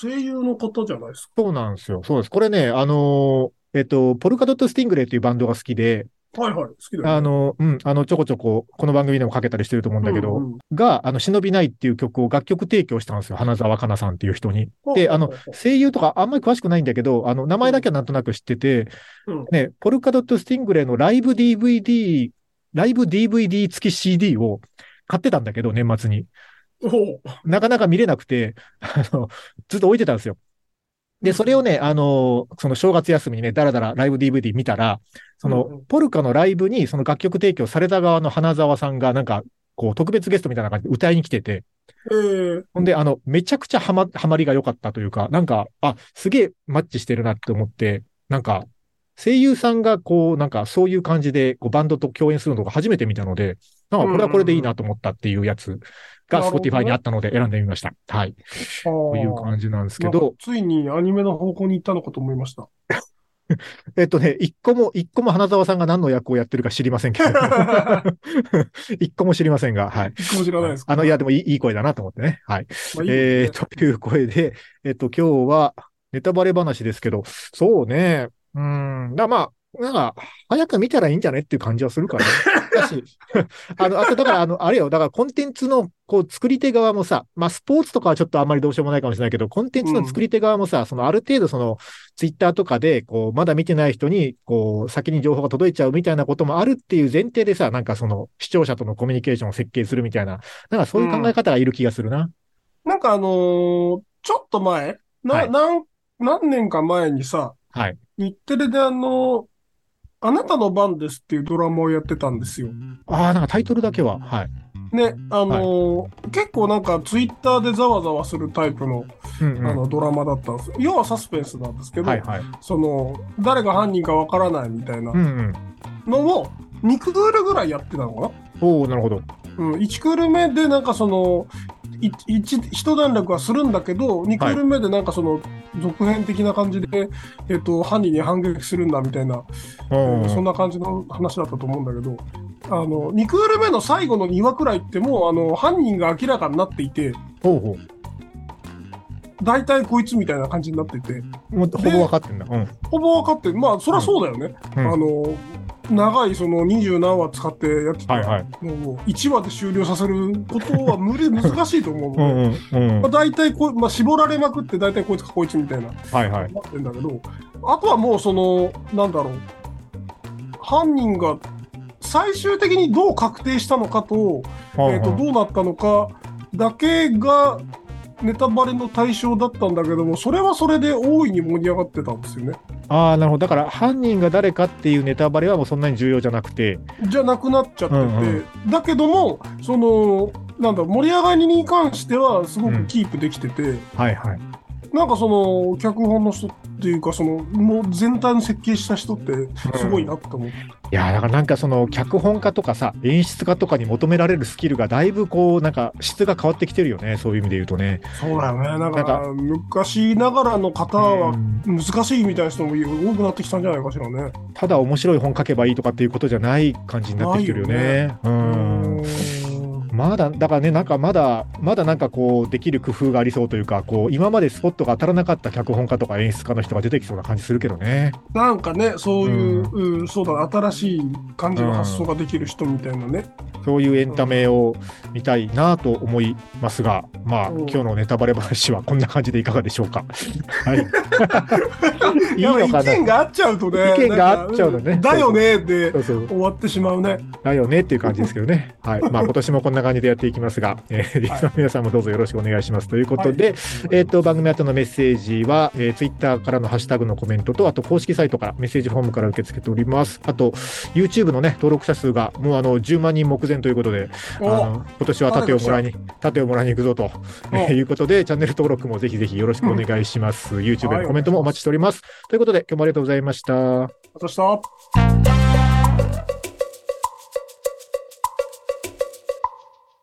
Speaker 3: 声優のことじゃないです
Speaker 2: そうなんですよ。そうです。これね、あのーえっと、ポルカドット・スティングレイというバンドが好きで、
Speaker 3: か。はいはい。好きだよね。
Speaker 2: あの、うん、あの、ちょこちょこ、この番組でもかけたりしてると思うんだけど、
Speaker 3: うんうん
Speaker 2: が、あの、忍びないっていう曲を楽曲提供したんですよ。花沢香菜さんっていう人に。
Speaker 3: ほう
Speaker 2: で、
Speaker 3: ほう
Speaker 2: あの
Speaker 3: ほうほ、う
Speaker 2: 声優とかあんまり詳しくないんだけど、あの、名前だけはなんとなく知ってて、
Speaker 3: うん
Speaker 2: ね、ポルカドット・スティングレイのライブ DVD、ライブ DVD 付き CD を買ってたんだけど、年末に。
Speaker 3: ほう
Speaker 2: なかなか見れなくて、あの、ずっと置いてたんですよ。で、それをね、あの、その正月休みにね、だらだらライブ DVD 見たら、そ
Speaker 3: うんう
Speaker 2: の
Speaker 3: ん、
Speaker 2: ポルカのライブに、その楽曲提供された側の花沢さんが、なんか、こう、特別ゲストみたいな感じで歌いに来てて、
Speaker 3: えー
Speaker 2: ほんで、あの、めちゃくちゃハマ、ハマりが良かったというか、なんか、あ、すげえマッチしてるなって思って、なんか、声優さんがこう、なんかそういう感じでこうバンドと共演するのが初めて見たので、なんかこれはこれでいいなと思ったっていうやつが
Speaker 3: なるほどね
Speaker 2: Spotify にあったので選んでみました。はい。という感じなんですけ
Speaker 3: なんか
Speaker 2: ど、
Speaker 3: ついにアニメの方向に行ったのかと思い ました。
Speaker 2: えっとね、一個も、一個も花沢さんが何の役をやってるか知りませんけ ど、一個も知りませんが、はい。
Speaker 3: 一個も知らないです
Speaker 2: あの、いや、でもいいいい声だなと思ってね。はい。
Speaker 3: まあいい
Speaker 2: え
Speaker 3: で
Speaker 2: ー、という声で、えっと、今日はネタバレ話ですけど、そうね、うーん、だまあ、なんか、早く見たらいいんじゃねっていう感じはするから、 ね。だし、あの、あと、だから、あの、あれよ、だからコンテンツの、こう、作り手側もさ、まあ、スポーツとかはちょっとあんまりどうしようもないかもしれないけど、コンテンツの作り手側もさ、その、ある程度、その、ツイッターとかで、こう、まだ見てない人に、こう、先に情報が届いちゃうみたいなこともあるっていう前提でさ、なんかその、視聴者とのコミュニケーションを設計するみたいな、なんかそういう考え方がいる気がするな。
Speaker 3: なんかあのーちょっと前、な、
Speaker 2: はい
Speaker 3: なん、何年か前にさ、
Speaker 2: はい。
Speaker 3: 日テレであのあなたの番ですっていうドラマをやってたんですよ。
Speaker 2: ああ、なんかタイトルだけは、はい。
Speaker 3: ね、あのー結構なんかツイッターでざわざわするタイプの、
Speaker 2: うんうん
Speaker 3: あのドラマだったんです。要はサスペンスなんですけど、
Speaker 2: はいはい。
Speaker 3: その、誰が犯人かわからないみたいな
Speaker 2: うんうん。
Speaker 3: のを2クールぐらいやってたのかな
Speaker 2: おおなるほど。
Speaker 3: うん、1クール目でなんかそのい一一段落はするんだけど2クール目でなんかその続編的な感じで、えっと、犯人に反撃するんだみたいな、
Speaker 2: うん
Speaker 3: そんな感じの話だったと思うんだけどあの2クール目の最後の2話くらいってもうあの犯人が明らかになっていて
Speaker 2: ほうほ
Speaker 3: 大体こいつみたいな感じになってて
Speaker 2: う。もうほぼ分かってんだ。うん。
Speaker 3: ほぼ分かってまあそりゃそうだよね、
Speaker 2: うん
Speaker 3: あの長いその二十何話使ってやってた
Speaker 2: はいはい。
Speaker 3: のを1話で終了させることは無理難しいと思う
Speaker 2: う
Speaker 3: ので。
Speaker 2: んうんうん
Speaker 3: まあ、。大体こう、まあ、絞られまくって大体こいつかこいつみたいな、
Speaker 2: はいはい。
Speaker 3: なってんだけどあとはもうそのなんだろう犯人が最終的にどう確定したのかと,、えー、とどうなったのかだけがネタバレの対象だったんだけどもそれはそれで大いに盛り上がってたんですよね
Speaker 2: ああ、なるほど。だから、犯人が誰かっていうネタバレはもうそんなに重要じゃなくて。
Speaker 3: じゃなくなっちゃってて、
Speaker 2: うんう
Speaker 3: だけどもそのなんだ盛り上がりに関してはすごくキープできてて。
Speaker 2: はいはい。
Speaker 3: なんかその脚本の人っていうかそのもう全体の設計した人ってすごいなって思う、
Speaker 2: いやーだからなんかその、脚本家とかさ、演出家とかに求められるスキルがだいぶこう、なんか質が変わってきてるよね。そういう意味で言うとね。
Speaker 3: そうだよねなん
Speaker 2: な
Speaker 3: か
Speaker 2: んか
Speaker 3: 昔ながらの方
Speaker 2: う
Speaker 3: は
Speaker 2: ん
Speaker 3: 難しいみたいな人も多くなってきたんじゃないかしらね
Speaker 2: ただ面白い本書けばいいとかっていうことじゃない感じになってきてるよね。う。
Speaker 3: うん
Speaker 2: まだ、だからね、なんかまだ、まだなんかこう、できる工夫がありそうというか、こう、今までスポットが当たらなかった脚本家とか演出家の人が出てきそうな感じするけどね。
Speaker 3: なんかねそういう、
Speaker 2: う
Speaker 3: うんそうだね新しい感じの発想ができる人みたいなね、
Speaker 2: そういうエンタメを見たいなと思いますが、まあ、
Speaker 3: うん
Speaker 2: 今日のネタバレ話はこんな感じでいかがでしょうか。はい。 いい
Speaker 3: やっぱ
Speaker 2: のかな
Speaker 3: 意見が合っちゃうとね
Speaker 2: 意見が合っちゃうのね
Speaker 3: なんかんだよねで
Speaker 2: そうそう。
Speaker 3: 終わってしまうね
Speaker 2: だよねっていう感じですけどね。はい。まあ、今年もこんな感じでやっていきますが、えー、リスナーの皆さんもどうぞよろしくお願いします。ということで、えっ、と、番組宛てのメッセージは、えー、ツイッターからのハッシュタグのコメントと、あと公式サイトからメッセージフォームから受け付けております。あと、YouTube のね、登録者数がもうあの、10万人目前ということで、あ
Speaker 3: お
Speaker 2: の、今年は盾をもらいに、盾をもらいに行くぞと、えー
Speaker 3: お
Speaker 2: いうことで、チャンネル登録もぜひぜひよろしくお願いします。YouTube へのコメントもお待ちしております。ということで、今日もありがとうございました。
Speaker 3: 私と